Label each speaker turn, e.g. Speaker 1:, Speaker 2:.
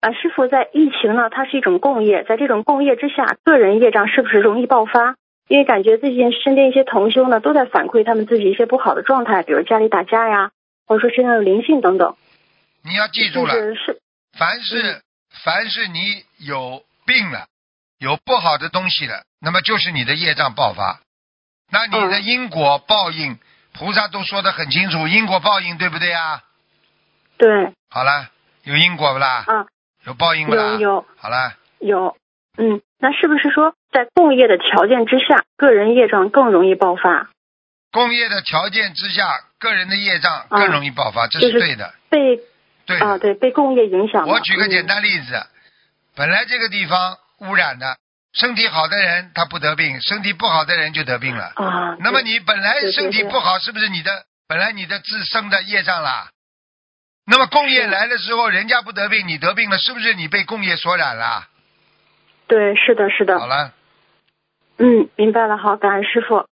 Speaker 1: 呃，师傅在疫情呢，它是一种共业，在这种共业之下，个人业障是不是容易爆发？因为感觉最近身边一些同修呢，都在反馈他们自己一些不好的状态，比如家里打架呀，或者说身上有灵性等等。
Speaker 2: 你要记住了，
Speaker 1: 就是嗯是
Speaker 2: 凡是、凡是你有病了，有不好的东西了，那么就是你的业障爆发，那你的
Speaker 1: 嗯
Speaker 2: 因果报应，菩萨都说的很清楚，因果报应对不对啊？
Speaker 1: 对，
Speaker 2: 好了，有因果不啦？
Speaker 1: 嗯
Speaker 2: 有报应不啦？
Speaker 1: 有有
Speaker 2: 好了，啊
Speaker 1: 有，嗯，那是不是说在共业的条件之下，个人业障更容易爆发？
Speaker 2: 工业的条件之下，个人的业障更
Speaker 1: 嗯
Speaker 2: 容易爆发，这
Speaker 1: 就是是
Speaker 2: 对的，
Speaker 1: 被
Speaker 2: 对的。
Speaker 1: 啊，对，被共业影响了。
Speaker 2: 我举个
Speaker 1: 嗯
Speaker 2: 简单例子，本来这个地方污染的，身体好的人他不得病，身体不好的人就得病了。
Speaker 1: 啊，
Speaker 2: 那么
Speaker 1: 对
Speaker 2: 你本来
Speaker 1: 对对
Speaker 2: 身体
Speaker 1: 对
Speaker 2: 不好，是不是你的本来你的自身的业障啦？那么共业
Speaker 1: 是
Speaker 2: 来的时候，人家不得病，你得病了，是不是你被共业所染啦？
Speaker 1: 对，是的，是的
Speaker 2: 好，了，
Speaker 1: 嗯，明白了，好，感恩师傅。